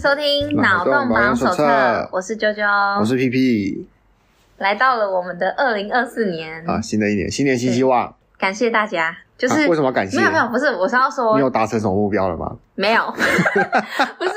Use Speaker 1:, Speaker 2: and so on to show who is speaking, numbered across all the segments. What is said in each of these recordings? Speaker 1: 收听《脑
Speaker 2: 脑洞
Speaker 1: 洞榜
Speaker 2: 榜
Speaker 1: 手
Speaker 2: 手
Speaker 1: 册
Speaker 2: 册》，
Speaker 1: 我是啾
Speaker 2: 我
Speaker 1: 啾，
Speaker 2: 是 PP
Speaker 1: 来到了我们的二零二四年
Speaker 2: 啊，新的一年，新年新希望。
Speaker 1: 感谢大家。嗯就是、
Speaker 2: 啊为什么要感谢
Speaker 1: 没有没有，不是，我是要说
Speaker 2: 你有达成什么目标了吗？
Speaker 1: 没 有，不是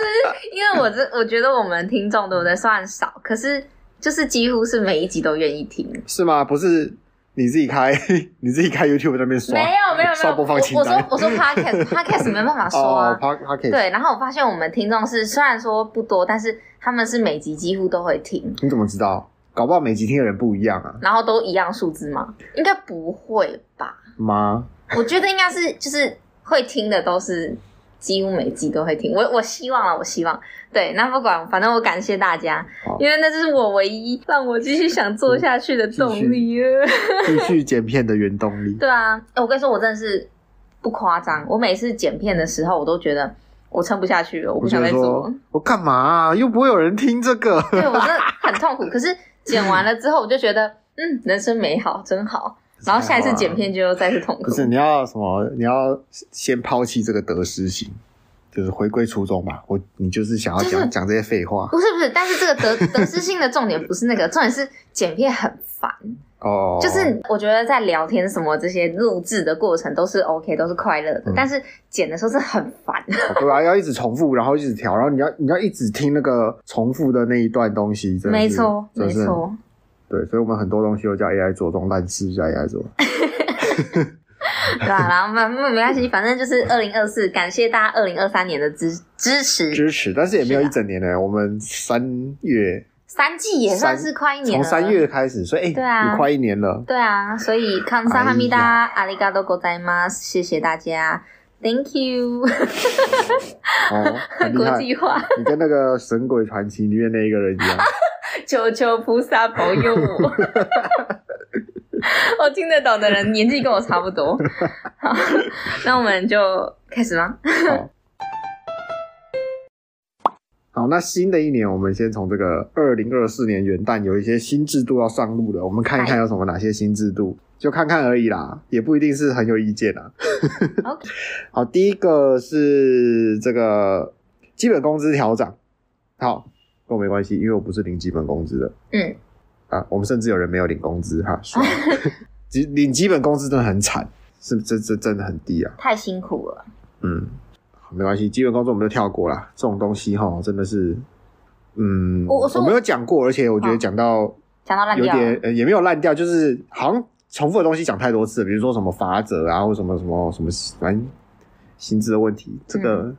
Speaker 1: 因为我这我觉得我们听众对不对算少，可是就是几乎是每一集都愿意听。
Speaker 2: 是吗？不是你自己开， 你自己开 YouTube 那边刷，
Speaker 1: 没有没有没
Speaker 2: 刷
Speaker 1: 有，
Speaker 2: 播放清
Speaker 1: 我我说
Speaker 2: 单。
Speaker 1: 我说 podcast podcast 没办法说啊。
Speaker 2: 哦 p o c k e t
Speaker 1: 对，然后我发现我们听众是虽然说不多，但是他们是每集几乎都会听，
Speaker 2: 你怎么知道？搞不好每集听的人不一样啊，
Speaker 1: 然后都一样数字吗？应该不会吧？
Speaker 2: 妈，
Speaker 1: 我觉得应该是就是会听的都是几乎每集都会听，我我希望啊，我希望对。那不管，反正我感谢大家
Speaker 2: 好，嗯
Speaker 1: 因为那就是我唯一让我继续想做下去的动力。
Speaker 2: 继续剪片的原动力。
Speaker 1: 对啊，哎我跟你说，我真的是不夸张，我每次剪片的时候，我都觉得我撑不下去了，我不
Speaker 2: 觉
Speaker 1: 想
Speaker 2: 得
Speaker 1: 再做
Speaker 2: 说
Speaker 1: 了。，
Speaker 2: 我干嘛啊、又不会有人听 这个。
Speaker 1: 对我 真的很痛苦。可是剪完了之后，我就觉得，嗯，人生美好，真 好。然后下一次剪片就又再次痛苦
Speaker 2: 不。是你要什么？你要先抛弃这个得失心，就是回归初衷吧。我你就是想要
Speaker 1: 就
Speaker 2: 讲
Speaker 1: 是
Speaker 2: 讲这些废话
Speaker 1: 不是不是，但是这个得 得失心的重点不是那个，重点是剪片很烦。
Speaker 2: 哦，
Speaker 1: 就是我觉得在聊天什么这些录制的过程都是 OK，都是快乐的，
Speaker 2: 嗯
Speaker 1: 但是剪的时候是很烦。
Speaker 2: 对吧？要一直重复，然后一直调，然后你要你要一直听那个重复的那一段东西，真的是
Speaker 1: 没错，
Speaker 2: 真
Speaker 1: 没
Speaker 2: 的是
Speaker 1: 错。
Speaker 2: 对，所以我们很多东西都叫 AI 做这种烂事，叫 AI 做。
Speaker 1: 对啊，然后没没没关系，反正就是二零二四，感谢大家二零二三年的支支持。
Speaker 2: 支持，但是也没有
Speaker 1: 是啊
Speaker 2: 一整年呢。我们三月
Speaker 1: 三季也算是快一年
Speaker 2: 从
Speaker 1: 了，
Speaker 2: 三月开始，所以哎，
Speaker 1: 对啊
Speaker 2: 也快一年了。
Speaker 1: 对啊，所以康萨哈密
Speaker 2: 哎
Speaker 1: 达阿里嘎多ございます，谢谢大家，Thank you，
Speaker 2: 哦，很厉
Speaker 1: 国
Speaker 2: 害。
Speaker 1: 际化，
Speaker 2: 你跟那个《神鬼传奇》里面那一个人一样，
Speaker 1: 求求菩萨保佑我。 我听得懂的人年纪跟我差不多，好，那我们就开始 吗？
Speaker 2: 好，好，那新的一年，我们先从这个二零二四年元旦有一些新制度要上路了，我们看一看有什么哪些新制度，就看看而已啦，也不一定是很有意见啦。
Speaker 1: OK
Speaker 2: 好，第一个是这个基本工资调涨，好，跟我没关系，因为我不是领基本工资的
Speaker 1: 嗯，
Speaker 2: 啊，我们甚至有人没有领工资哈，爽基领基本工资真的很惨，是这这真的很低啊。
Speaker 1: 太辛苦了，
Speaker 2: 嗯，没关系，基本工作我们就跳过啦。这种东西哈，真的是，嗯，
Speaker 1: 我我说我
Speaker 2: 没有讲过，而且我觉得
Speaker 1: 哦
Speaker 2: 讲到
Speaker 1: 讲到烂
Speaker 2: 有
Speaker 1: 掉
Speaker 2: 点
Speaker 1: 了。、
Speaker 2: 呃、也没有烂掉，就是好像重复的东西讲太多次了，比如说什么法则啊，或什么什么什么，反正薪资的问题，这个
Speaker 1: 嗯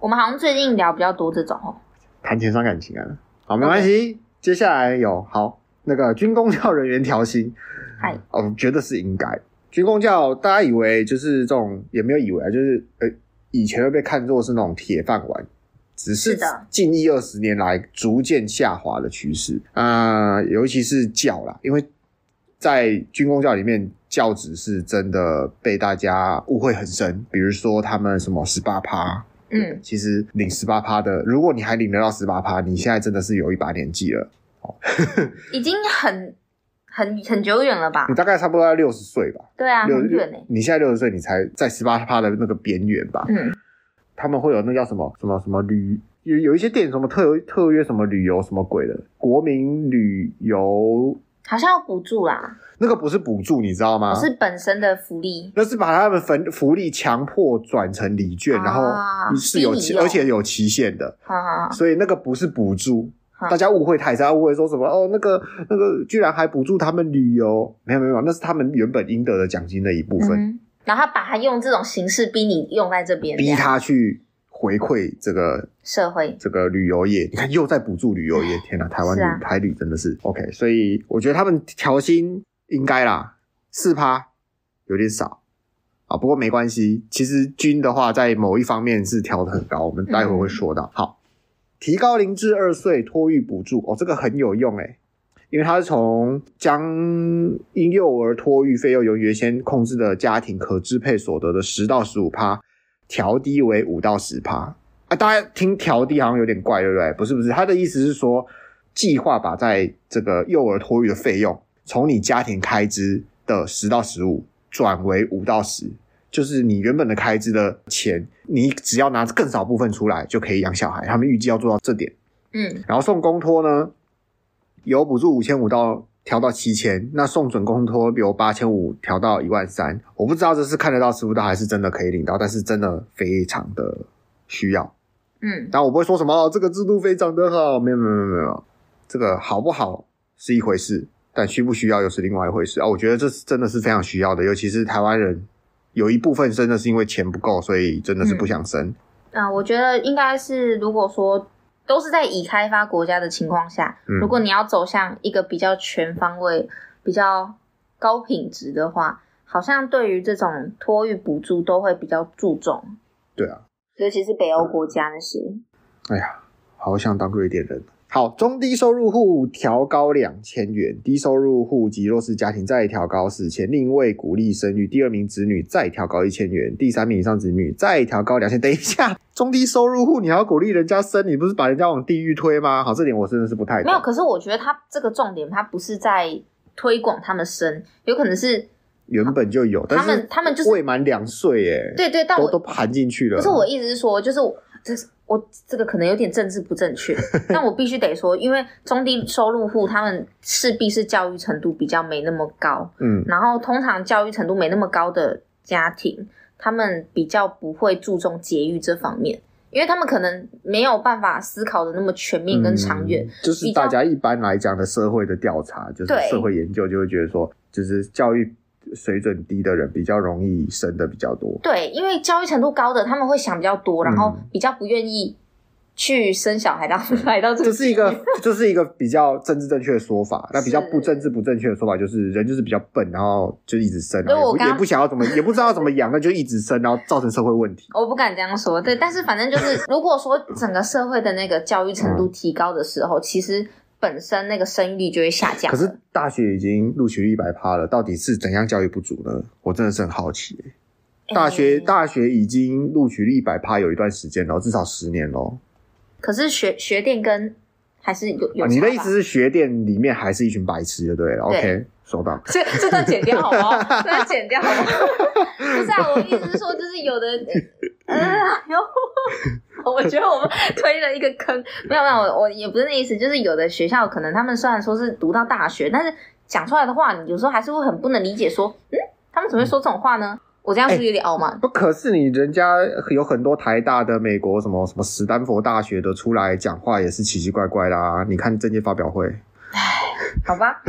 Speaker 1: 我们好像最近聊比较多这种哦，
Speaker 2: 谈钱伤感情啊。好，没关系，接下来有好那个军工教人员调薪，
Speaker 1: 嗨，
Speaker 2: 哦，觉得是应该。军工教大家以为就是这种，也没有以为啊，就是呃，以前会被看作是那种铁饭碗，只是
Speaker 1: 是的
Speaker 2: 近一二十年来逐渐下滑的趋势。啊、尤其是教啦，因为在军工教里面，教职是真的被大家误会很深，比如说他们什么十八趴，
Speaker 1: 嗯，
Speaker 2: 其实领十八趴的，如果你还领得到十八趴，你现在真的是有一把年纪了，
Speaker 1: 已经很很很久远了吧
Speaker 2: 你？大概差不多要六十岁吧。
Speaker 1: 对啊，
Speaker 2: 嗯六
Speaker 1: 很远呢。
Speaker 2: 你现在六十岁，你才在十八趴的那个边缘吧？
Speaker 1: 嗯，
Speaker 2: 他们会有那叫什么什么什么旅有有一些店什么特特约什么旅游什么鬼的国民旅游，
Speaker 1: 好像要补助啦，
Speaker 2: 那个不是补助，你知道吗？
Speaker 1: 是本身的福利。
Speaker 2: 那是把他们福福利强迫转成礼券，然
Speaker 1: 啊
Speaker 2: 后是有期
Speaker 1: 逼你用
Speaker 2: 而且有期限的，
Speaker 1: 好好好，
Speaker 2: 所以那个不是补助。
Speaker 1: 好
Speaker 2: 大家误会太深，大家误会说什么哦？那个那个居然还补助他们旅游？没有没有，没有那是他们原本应得的奖金的一部分。
Speaker 1: 嗯哼然后他把他用这种形式逼你用在这边，
Speaker 2: 逼
Speaker 1: 这样
Speaker 2: 他去回馈这个
Speaker 1: 社会。
Speaker 2: 这个旅游业。你看又在补助旅游 业，天哪，台湾旅、
Speaker 1: 嗯是啊
Speaker 2: 台旅真的是 OK。所以我觉得他们调薪应该啦，四趴有点少啊，不过没关系。其实军的话，在某一方面是调的很高，我们待会会说到。好，提高零至二岁托育补助哦，这个很有用诶、因为它是从将婴幼儿托育费用由原先控制的家庭可支配所得的十到十五趴调低为五到十趴啊，大家听调低好像有点怪，对不对？不是不是，他的意思是说，计划把在这个幼儿托育的费用从你家庭开支的十到十五转为五到十，就是你原本的开支的钱，你只要拿更少部分出来就可以养小孩。他们预计要做到这点。
Speaker 1: 嗯
Speaker 2: 然后送公托呢，由补助五千五到调到七千，那送准公托由八千五调到一万三。我不知道这是看得到吃不到，还是真的可以领到，但是真的非常的需要。
Speaker 1: 嗯
Speaker 2: 但我不会说什么、哦、这个制度非常的好，没有没有没有没有，这个好不好是一回事，但需不需要又是另外一回事啊。我觉得这是真的是非常需要的，尤其是台湾人。有一部分真的是因为钱不够，所以真的是不想生。
Speaker 1: 嗯、我觉得应该是如果说都是在已开发国家的情况下，
Speaker 2: 嗯
Speaker 1: 如果你要走向一个比较全方位、比较高品质的话，好像对于这种托育补助都会比较注重，
Speaker 2: 对啊，
Speaker 1: 尤其是北欧国家那些。
Speaker 2: 好想当瑞典人。好，中低收入户调高两千元，低收入户及弱势家庭再调高四千，另为鼓励生育，第二名子女再调高一千元，第三名以上子女再调高两千。等一下，中低收入户你还要鼓励人家生，你不是把人家往地狱推吗？好，这点我真的是不太懂
Speaker 1: 没有，可是我觉得他这个重点，他不是在推广他们生，有可能是
Speaker 2: 原本就有，但
Speaker 1: 他们
Speaker 2: 是
Speaker 1: 他们就是
Speaker 2: 未满两岁耶，
Speaker 1: 对对，但
Speaker 2: 都
Speaker 1: 我
Speaker 2: 都含进去了。
Speaker 1: 不是我意思是说，就是我这是我这个可能有点政治不正 确，但我必须得说，因为中低收入户他们势必是教育程度比较没那么高，
Speaker 2: 嗯，
Speaker 1: 然后通常教育程度没那么高的家庭，他们比较不会注重节育这方面，因为他们可能没有办法思考的那么全面跟长远。
Speaker 2: 嗯就是大家一般来讲的社会的调查，就是
Speaker 1: 对
Speaker 2: 社会研究就会觉得说，就是教育水准低的人比较容易生的比较多。
Speaker 1: 对，因为教育程度高的他们会想比较多，然后
Speaker 2: 嗯
Speaker 1: 比较不愿意去生小孩，然后来到这
Speaker 2: 这是 一个，这是一个比较政治正确的说法。那比较
Speaker 1: 是
Speaker 2: 不政治不正确的说法就是，人就是比较笨，然后就一直生，
Speaker 1: 对
Speaker 2: 然后
Speaker 1: 我
Speaker 2: 也不
Speaker 1: 刚
Speaker 2: 也不想要怎么，也不知道怎么养，那就一直生，然后造成社会问题。
Speaker 1: 我不敢这样说，对，但是反正就是，如果说整个社会的那个教育程
Speaker 2: 嗯
Speaker 1: 度提高的时候，其实本身那个生育率就会下降
Speaker 2: 可
Speaker 1: 了。
Speaker 2: 是大学已经录取率一百趴了，到底是怎样教育不足呢？我真的是很好奇、欸大学、
Speaker 1: 哎
Speaker 2: 大学已经录取率一百趴有一段时间了，至少十年喽。
Speaker 1: 可是学学电跟还是有有、
Speaker 2: 啊你的意思？是学店里面还是一群白痴就对了。
Speaker 1: 对
Speaker 2: OK，收到。
Speaker 1: 这这段剪掉好不 好？这段剪掉好不好？不是啊，我意思是说，就是有的，呃， 然后我觉得我们推了一个坑。没有没有，我我也不是那意思，就是有的学校可能他们虽然说是读到大学，但是讲出来的话，你有时候还是会很不能理解说，嗯，他们怎么会说这种话呢？我这样是不是有点傲慢？
Speaker 2: 不，可是你人家有很多台大的美国什么什么史丹佛大学的出来讲话也是奇奇怪怪啦。你看政界发表会，
Speaker 1: 好 吧，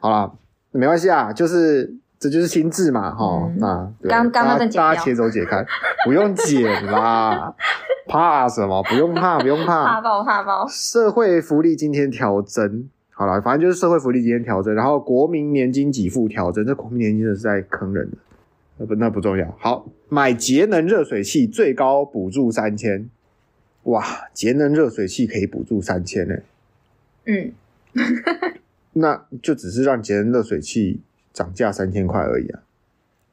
Speaker 2: 好啦，没关系啊，就是这就是心智嘛，哈、
Speaker 1: 嗯
Speaker 2: 那对
Speaker 1: 刚刚那段
Speaker 2: 大
Speaker 1: 剪掉
Speaker 2: 家大家且走且看，不用剪啦， 怕什么？不用怕，不用
Speaker 1: 怕爆怕爆，
Speaker 2: 社会福利今天调整，好了，反正就是社会福利今天调整，然后国民年金给付调整，这国民年金真的是在坑人的，那不那不重要。好，买节能热水器最高补助三千，哇，节能热水器可以补助三千呢，
Speaker 1: 嗯，
Speaker 2: 那就只是让节能热水器涨价三千块而已啊，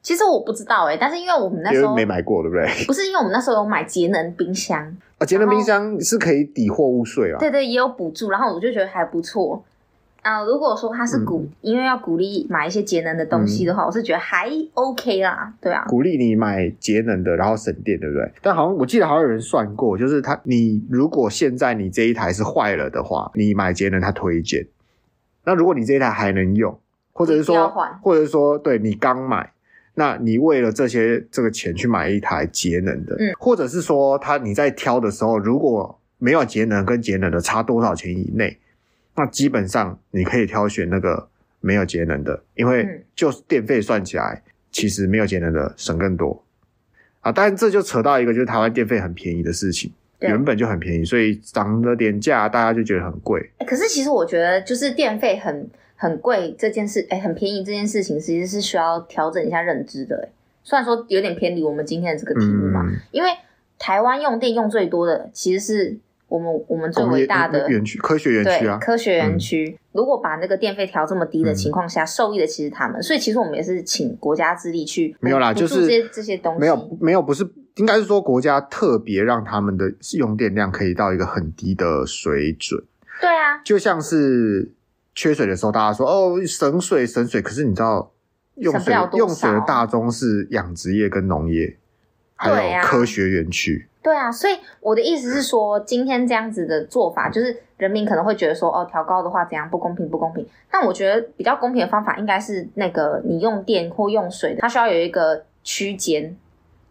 Speaker 1: 其实我不知道哎、但是因为我们那
Speaker 2: 因
Speaker 1: 时候
Speaker 2: 为没买过，对不对？
Speaker 1: 不是因为我们那时候有买节能冰箱，
Speaker 2: 啊，节能冰箱是可以抵货物税啊，
Speaker 1: 对对，也有补助，然后我就觉得还不错。啊、如果说他是
Speaker 2: 嗯
Speaker 1: 鼓，因为要鼓励买一些节能的东西的话，我是觉得还 OK 啦，对啊，
Speaker 2: 鼓励你买节能的，然后省电，对不对？但好像我记得好像有人算过，就是他你如果现在你这一台是坏了的话，你买节能它推荐。那如果你这一台还能用，或者是
Speaker 1: 不
Speaker 2: 说
Speaker 1: 要换，
Speaker 2: 或者是说，对你刚买，那你为了这些这个钱去买一台节能的，
Speaker 1: 嗯
Speaker 2: 或者是说他你在挑的时候，如果没有节能跟节能的差多少钱以内，那基本上你可以挑选那个没有节能的，因
Speaker 1: 嗯
Speaker 2: 为就是电费算起来，其实没有节能的省更多啊。当然这就扯到一个就是台湾电费很便宜的事情，
Speaker 1: 对
Speaker 2: 原本就很便宜，所以涨了点价，大家就觉得很贵。
Speaker 1: 欸可是其实我觉得，就是电费很很贵这件事，哎、很便宜这件事情，其实是需要调整一下认知的、欸。虽然说有点偏离我们今天的这个题目嘛，
Speaker 2: 嗯，
Speaker 1: 因为台湾用电用最多的其实是我们我们最
Speaker 2: 工业
Speaker 1: 伟大的
Speaker 2: 园区、科学园
Speaker 1: 对
Speaker 2: 区啊，
Speaker 1: 科学园区。如果把那个电费调这么低的
Speaker 2: 嗯
Speaker 1: 情况下，受益的其实他们，所以其实我们也是请国家之力去呃
Speaker 2: 没有啦，
Speaker 1: 补
Speaker 2: 就
Speaker 1: 助这
Speaker 2: 是
Speaker 1: 些这些东西
Speaker 2: 没有没有，不是，应该是说国家特别让他们的用电量可以到一个很低的水准，
Speaker 1: 对啊，
Speaker 2: 就像是缺水的时候，大家说哦省水省水，可是你知道用
Speaker 1: 省不
Speaker 2: 水
Speaker 1: 了多
Speaker 2: 用水的
Speaker 1: 少
Speaker 2: 大宗是养殖业跟农业，还
Speaker 1: 对
Speaker 2: 有
Speaker 1: 啊
Speaker 2: 科学园区。
Speaker 1: 对啊，所以我的意思是说，今天这样子的做法，就是人民可能会觉得说，哦，调高的话怎样不公平不公平。但我觉得比较公平的方法应该是那个你用电或用水的，它需要有一个区间，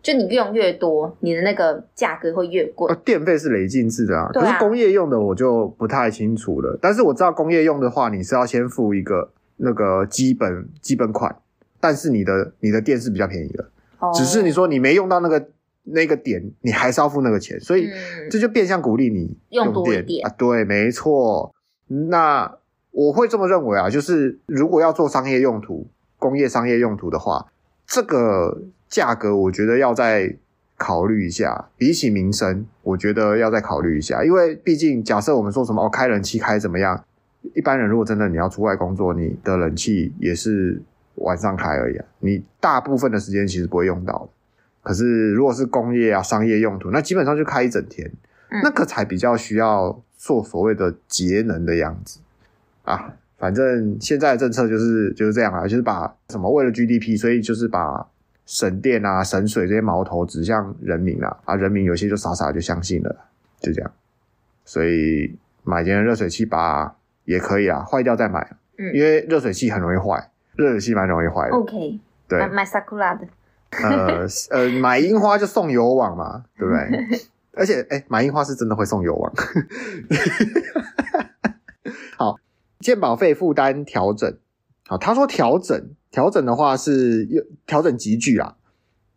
Speaker 1: 就你用越多，你的那个价格会越贵
Speaker 2: 呃，。电费是累进制的啊，
Speaker 1: 对
Speaker 2: 可
Speaker 1: 啊
Speaker 2: 是工业用的我就不太清楚了。但是我知道工业用的话，你是要先付一个那个基本基本款，但是你的你的电是比较便宜的，
Speaker 1: 哦
Speaker 2: 呃只是你说你没用到那个那个点，你还是要付那个钱，所以
Speaker 1: 嗯，
Speaker 2: 这就变相鼓励你
Speaker 1: 用多一
Speaker 2: 电
Speaker 1: 点
Speaker 2: 啊。对，没错。那我会这么认为啊，就是如果要做商业用途、工业商业用途的话，这个价格我觉得要再考虑一下。比起民生，我觉得要再考虑一下，因为毕竟假设我们说什么哦，开冷气开怎么样？一般人如果真的你要出外工作，你的冷气也是晚上开而已啊，你大部分的时间其实不会用到的。可是如果是工业啊、商业用途，那基本上就开一整天，
Speaker 1: 嗯
Speaker 2: 那个才比较需要做所谓的节能的样子啊。反正现在的政策就是就是这样啊，就是把什么为了 GDP，所以就是把省电啊、省水这些矛头指向人民啦、啊，人民有些就傻傻地就相信了，就这样。所以买节能热水器吧也可以啊，坏掉再买，
Speaker 1: 嗯哦
Speaker 2: 因为热水器很容易坏，热水器蛮容易坏的，
Speaker 1: OK，
Speaker 2: 对
Speaker 1: 买。买 Sakura 的，
Speaker 2: 呃是呃，买樱花就送油网嘛，对 不对？而且，哎、买樱花是真的会送油网。 好，健保费负担调整。好，他说调整，调整的话是又调整集聚啊。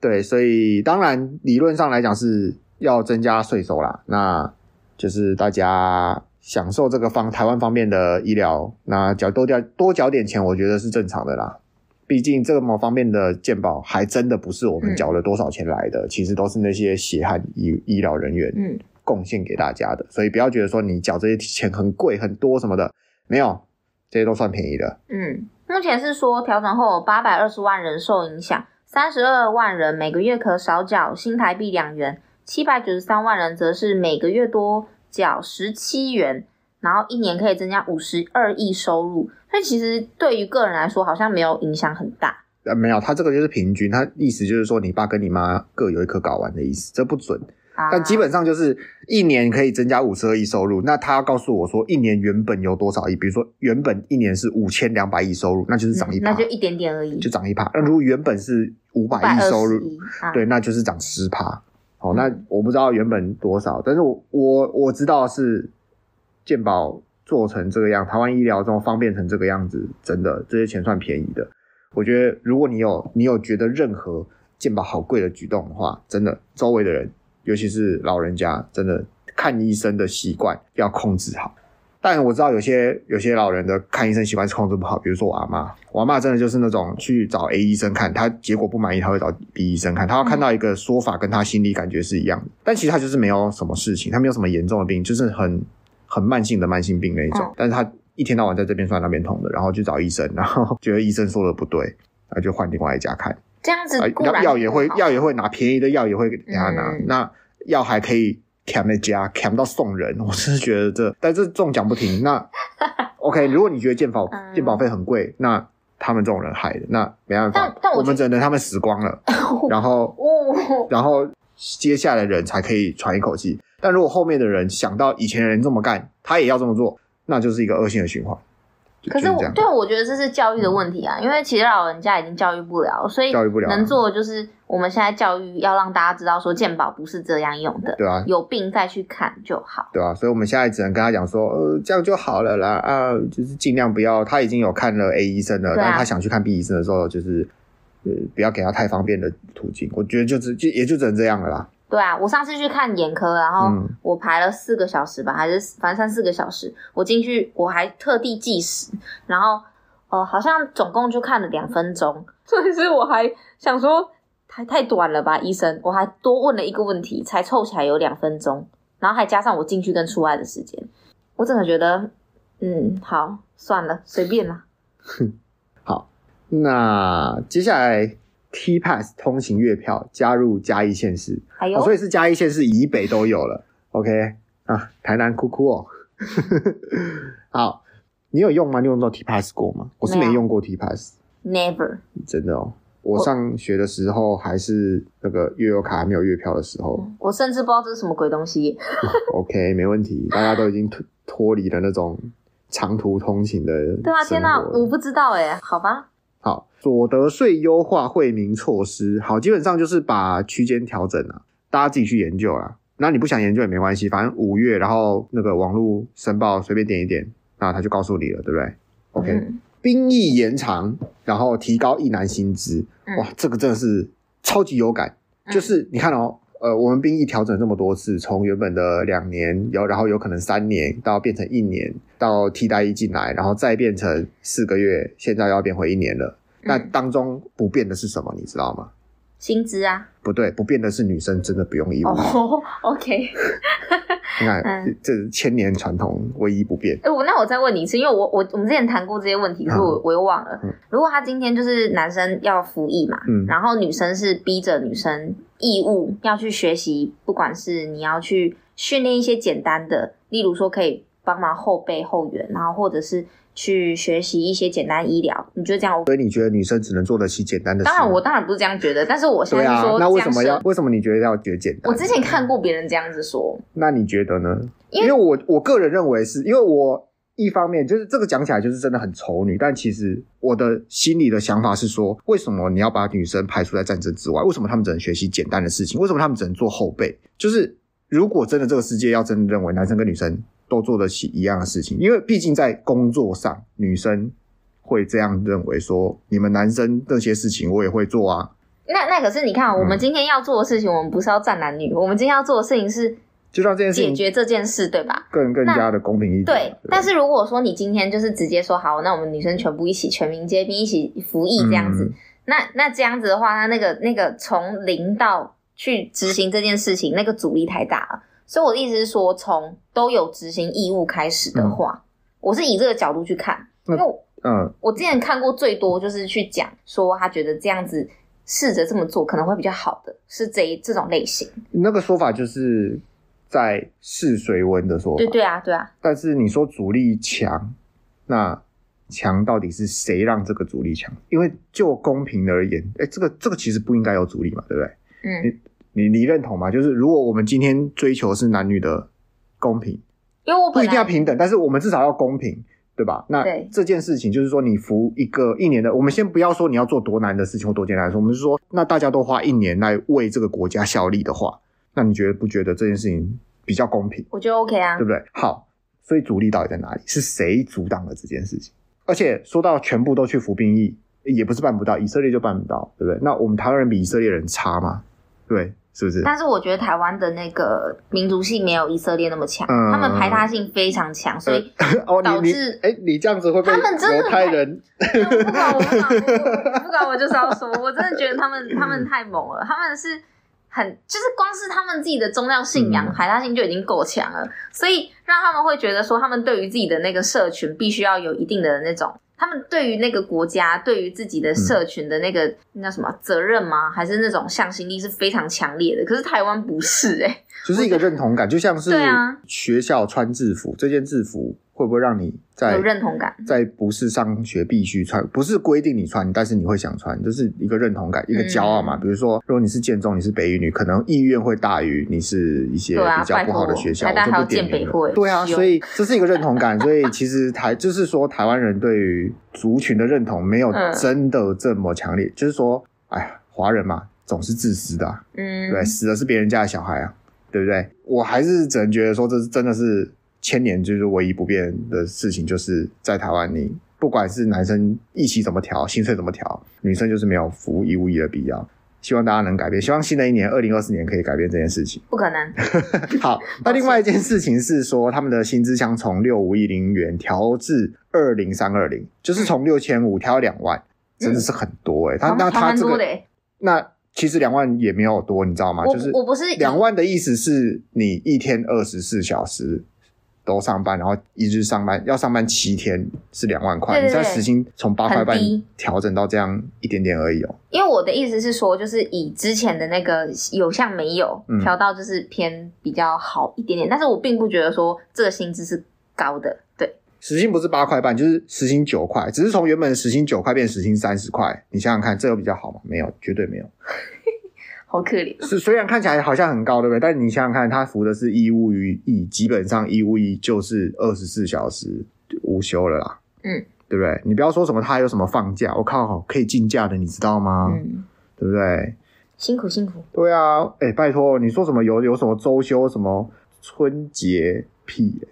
Speaker 2: 对，所以当然理论上来讲是要增加税收啦。那就是大家享受这个方台湾方面的医疗，那缴多缴多缴点钱，我觉得是正常的啦。毕竟这某方面的健保还真的不是我们
Speaker 1: 嗯
Speaker 2: 缴了多少钱来的，其实都是那些血汗医医疗人员
Speaker 1: 嗯，
Speaker 2: 贡献给大家的，所以不要觉得说你缴这些钱很贵很多什么的，没有，这些都算便宜的。
Speaker 1: 嗯，目前是说调整后八百二十万人受影响，三十二万人每个月可少缴新台币两元，七百九十三万人则是每个月多缴十七元，然后一年可以增加五十二亿收入。所以其实对于个人来说，好像没有影响很大。
Speaker 2: 呃，没有，他这个就是平均，他意思就是说你爸跟你妈各有一颗睾丸的意思，这不准。
Speaker 1: 啊、
Speaker 2: 但基本上就是一年可以增加五十二亿收入，那他要告诉我说一年原本有多少亿，比如说原本一年是五千两百亿收入，那就是涨一
Speaker 1: 嗯
Speaker 2: 趴、
Speaker 1: 那就一点点而已，
Speaker 2: 就涨一趴。那如果原本是五百亿
Speaker 1: 120
Speaker 2: 收入，
Speaker 1: 亿啊、
Speaker 2: 对，那就是涨十趴。哦，
Speaker 1: 嗯
Speaker 2: 那我不知道原本多少，但是我我我知道是健保做成这个样，台湾医疗这种方便成这个样子，真的这些钱算便宜的。我觉得如果你有你有觉得任何健保好贵的举动的话，真的周围的人，尤其是老人家，真的看医生的习惯要控制好。但我知道有些有些老人的看医生习惯是控制不好，比如说我阿妈，我阿妈真的就是那种去找 A 医生看，她结果不满意，她会找 B 医生看，她要看到一个说法跟她心里感觉是一样的，但其实她就是没有什么事情，她没有什么严重的病，就是很很慢性的慢性病那一种，
Speaker 1: 嗯
Speaker 2: 但是她一天到晚在这边算那边痛的，然后去找医生，然后觉得医生说的不对，然后就换另外一家看，
Speaker 1: 这样子
Speaker 2: 啊
Speaker 1: 固然、
Speaker 2: 药也会药也会拿便宜的药也会给他拿，
Speaker 1: 嗯
Speaker 2: 那药还可以砍在家砍到送人，我真是觉得这，但这中奖不 停。那 OK，如果你觉得健保
Speaker 1: 嗯
Speaker 2: 健保费很贵，那他们这种人害的，那没办法
Speaker 1: 但，但我
Speaker 2: 我们
Speaker 1: 觉
Speaker 2: 只能他们死光 了，然后
Speaker 1: 哦，
Speaker 2: 然后接下来的人才可以喘一口气。但如果后面的人想到以前的人这么干，他也要这么做，那就是一个恶性的循环。就
Speaker 1: 可是
Speaker 2: 就是
Speaker 1: 我
Speaker 2: 这样嗯
Speaker 1: 对啊我觉得这是教育的问题啊，因为其实老人家已经教育不了，所以
Speaker 2: 教育不了啊
Speaker 1: 能做的就是我们现在教育要让大家知道说健保不是这样用的，
Speaker 2: 对啊，
Speaker 1: 有病再去看就好。
Speaker 2: 对吧、所以我们现在只能跟他讲说，呃，这样就好了啦，啊，就是尽量不要。他已经有看了 A 医生了，
Speaker 1: 对啊
Speaker 2: 但他想去看 B 医生的时候，就是呃，不要给他太方便的途径。我觉得就只就也就只能这样了啦。
Speaker 1: 对啊，我上次去看眼科，然后
Speaker 2: 嗯
Speaker 1: 我排了四个小时吧，还是反正三四个小时，我进去我还特地计时，然后哦、呃好像总共就看了两分钟， 所以是我还想说太太短了吧，医生，我还多问了一个问题，才凑起来有两分钟，然后还加上我进去跟出来的时间，我真的觉得嗯好算了，随便啦。
Speaker 2: 那接下来 T Pass 通行月票加入嘉义县市，
Speaker 1: 还有、
Speaker 2: 哦，所以是嘉义县市以北都有了。OK 啊，台南哭哭哦。 好，你有用吗？你有用到 T Pass 过吗？我是
Speaker 1: 没
Speaker 2: 没
Speaker 1: 有
Speaker 2: 用过 T Pass。
Speaker 1: Never，
Speaker 2: 真的哦。我上学的时候还是那个月游卡还没有月票的时候、
Speaker 1: 我甚至不知道这是什么鬼东西。
Speaker 2: o k 没问题，大家都已经脱脱离了那种长途通勤的生活。
Speaker 1: 对啊，天哪，我不知道哎、好吧，
Speaker 2: 好，所得税优化惠民措施，好，基本上就是把区间调整啊，大家自己去研究啦。那你不想研究也没关系，反正五月，然后那个网络申报随便点一点，那他就告诉你了，对不对？OK，、
Speaker 1: 嗯
Speaker 2: 兵役延长，然后提高役男薪资，
Speaker 1: 嗯
Speaker 2: 哇，这个真的是超级有感。
Speaker 1: 嗯
Speaker 2: 就是你看哦，呃，我们兵役调整这么多次，从原本的两年，有然后有可能三年，到变成一年，到替代役进来，然后再变成四个月，现在要变回一年了。那
Speaker 1: 嗯
Speaker 2: 当中不变的是什么？你知道吗？
Speaker 1: 薪资啊，
Speaker 2: 不对，不变的是女生真的不用义务。
Speaker 1: 哦，OK，
Speaker 2: 你看，
Speaker 1: 嗯
Speaker 2: 这是千年传统唯一不变。
Speaker 1: 哎、我那我再问你一次，因为我我我们之前谈过这些问题，可是我我又忘了。
Speaker 2: 嗯
Speaker 1: 如果他今天就是男生要服役嘛，
Speaker 2: 嗯
Speaker 1: 然后女生是逼着女生义务要去学习，不管是你要去训练一些简单的，例如说可以帮忙后备后援，然后或者是去学习一些简单医疗，你觉得这样 OK？
Speaker 2: 所以你觉得女生只能做得起简单的事？
Speaker 1: 当然，我当然不是这样觉得，但是我现
Speaker 2: 啊对
Speaker 1: 在是
Speaker 2: 啊
Speaker 1: 说，
Speaker 2: 那
Speaker 1: 这
Speaker 2: 为
Speaker 1: 样
Speaker 2: 什么要
Speaker 1: 设？
Speaker 2: 为什么你觉得要觉得简单？
Speaker 1: 我之前看过别人这样子说，
Speaker 2: 那你觉得呢？
Speaker 1: 因
Speaker 2: 因
Speaker 1: 为
Speaker 2: 为我我个人认为是因为我一方面就是这个讲起来就是真的很丑女，但其实我的心里的想法是说，为什么你要把女生排除在战争之外？为什么她们只能学习简单的事情？为什么她们只能做后备？就是如果真的这个世界要真的认为男生跟女生都做得起一样的事情，因为毕竟在工作上，女生会这样认为说，你们男生这些事情我也会做啊，
Speaker 1: 那那可是你看啊，我们
Speaker 2: 嗯
Speaker 1: 今天要做的事情，我们不是要站男女，我们今天要做的事情是
Speaker 2: 就让这件事
Speaker 1: 解
Speaker 2: 情
Speaker 1: 决这件事，对吧？
Speaker 2: 更更加的公平一点。
Speaker 1: 对，但
Speaker 2: 是
Speaker 1: 是如果说你今天就是直接说好，那我们女生全部一起全民皆兵，一起服役这样
Speaker 2: 嗯
Speaker 1: 子，那那这样子的话，那那个那个从零到去执行这件事情，那个阻力太大了。所以我的意思是说，从都有执行义务开始的话，我是以这个角度去看，因
Speaker 2: 嗯那
Speaker 1: 为我
Speaker 2: 嗯，
Speaker 1: 我之前看过最多就是去讲说他觉得这样子试着这么做可能会比较好的，是这一这种类型。
Speaker 2: 那个说法就是在试水温的说法，
Speaker 1: 对对啊，对啊，
Speaker 2: 但是你说阻力强，那强到底是谁让这个阻力强？因为就公平而言，哎、这个这个其实不应该有阻力嘛，对不对？
Speaker 1: 嗯，
Speaker 2: 你你认同吗？就是如果我们今天追求是男女的公平，
Speaker 1: 因为我
Speaker 2: 不
Speaker 1: 本
Speaker 2: 一定要
Speaker 1: 来
Speaker 2: 平等，但是我们至少要公平，对吧？那
Speaker 1: 对
Speaker 2: 这件事情就是说，你服一个一年的，我们先不要说你要做多难的事情或多简单的事，我们是说，那大家都花一年来为这个国家效力的话，那你觉得不觉得这件事情比较公平，
Speaker 1: 我觉得 OK 啊
Speaker 2: 对，不对？好，所以阻力到底在哪里？是谁阻挡了这件事情？而且说到全部都去服兵役，也不是办不到，以色列就办不到，对不对？那我们台湾人比以色列人差吗？对，是不是？
Speaker 1: 但是我觉得台湾的那个民族性没有以色列那么强，
Speaker 2: 嗯
Speaker 1: 他们排他性非常强，所以、
Speaker 2: 哦，
Speaker 1: 导
Speaker 2: 你你
Speaker 1: 致
Speaker 2: 哎，你这样子会被
Speaker 1: 他们真的
Speaker 2: 犹太人
Speaker 1: 对我不管我不管我我我不管我就是要说，我真的觉得他们他们太猛了，他们是很就是光是他们自己的宗教信仰、
Speaker 2: 嗯
Speaker 1: 排他性就已经够强了，所以让他们会觉得说，他们对于自己的那个社群必须要有一定的那种。他们对于那个国家，对于自己的社群的那个、那叫什么责任吗？还是那种向心力是非常强烈的？可是台湾不是哎、
Speaker 2: 就是一个认同感，就像是
Speaker 1: 对啊
Speaker 2: 学校穿制服，这件制服会不会让你在
Speaker 1: 有认同感。
Speaker 2: 在不是上学必须穿，不是规定你穿，但是你会想穿，就是一个认同感，一个骄傲嘛。
Speaker 1: 嗯
Speaker 2: 比如说，如果你是建中，你是北语女，可能意愿会大于你是一些
Speaker 1: 对啊
Speaker 2: 比较不好的学校，
Speaker 1: 拜托
Speaker 2: 我
Speaker 1: 台
Speaker 2: 就
Speaker 1: 大还有
Speaker 2: 不点
Speaker 1: 建北
Speaker 2: 名了
Speaker 1: 会
Speaker 2: 对啊，
Speaker 1: 有
Speaker 2: 所以这是一个认同感。所以其实台 就是说，台湾人对于族群的认同没有
Speaker 1: 嗯
Speaker 2: 真的这么强烈，就是说，哎呀，华人嘛，总是自私的、啊。
Speaker 1: 嗯，
Speaker 2: 对，死的是别人家的小孩啊，对不对？我还是只能觉得说，这是真的是千年就是唯一不变的事情，就是在台湾你。不管是男生一起怎么调，薪水怎么调，女生就是没有服一无一的必要。希望大家能改变，希望新的一年二零二四年可以改变这件事情。
Speaker 1: 不可能。
Speaker 2: 好，那另外一件事情是说，他们的薪资将从六五一零元调至二零三二零，就是从六千五调两万，真的是很多诶、欸。他
Speaker 1: 还
Speaker 2: 那他
Speaker 1: 嗯蛮
Speaker 2: 这
Speaker 1: 多的
Speaker 2: 个，
Speaker 1: 欸。
Speaker 2: 那其实两万也没有多，你知道吗？
Speaker 1: 我
Speaker 2: 就是
Speaker 1: 我不是
Speaker 2: 两万的意思是你一天二十四小时都上班，然后一日上班要上班七天是两万块，
Speaker 1: 对对对
Speaker 2: 你现在时薪从八块半
Speaker 1: 很低
Speaker 2: 调整到这样一点点而已哦。
Speaker 1: 因为我的意思是说，就是以之前的那个有项没有
Speaker 2: 嗯
Speaker 1: 调到，就是偏比较好一点点，但是我并不觉得说这个薪资是高的，对，
Speaker 2: 时薪不是八块半，就是时薪九块，只是从原本的时薪九块变时薪三十块。你想想看，这有比较好吗？没有，绝对没有。
Speaker 1: 好可怜。
Speaker 2: 是虽然看起来好像很高，对不对？但你想想看，他服的是义务役，基本上义务役就是二十四小时无休了啦。
Speaker 1: 嗯，
Speaker 2: 对不对？你不要说什么他有什么放假，我靠，可以竞假的，你知道吗？
Speaker 1: 嗯，
Speaker 2: 对不对？
Speaker 1: 辛苦辛苦。
Speaker 2: 对啊，哎、拜托，你说什么有有什么周休什么春节屁、欸？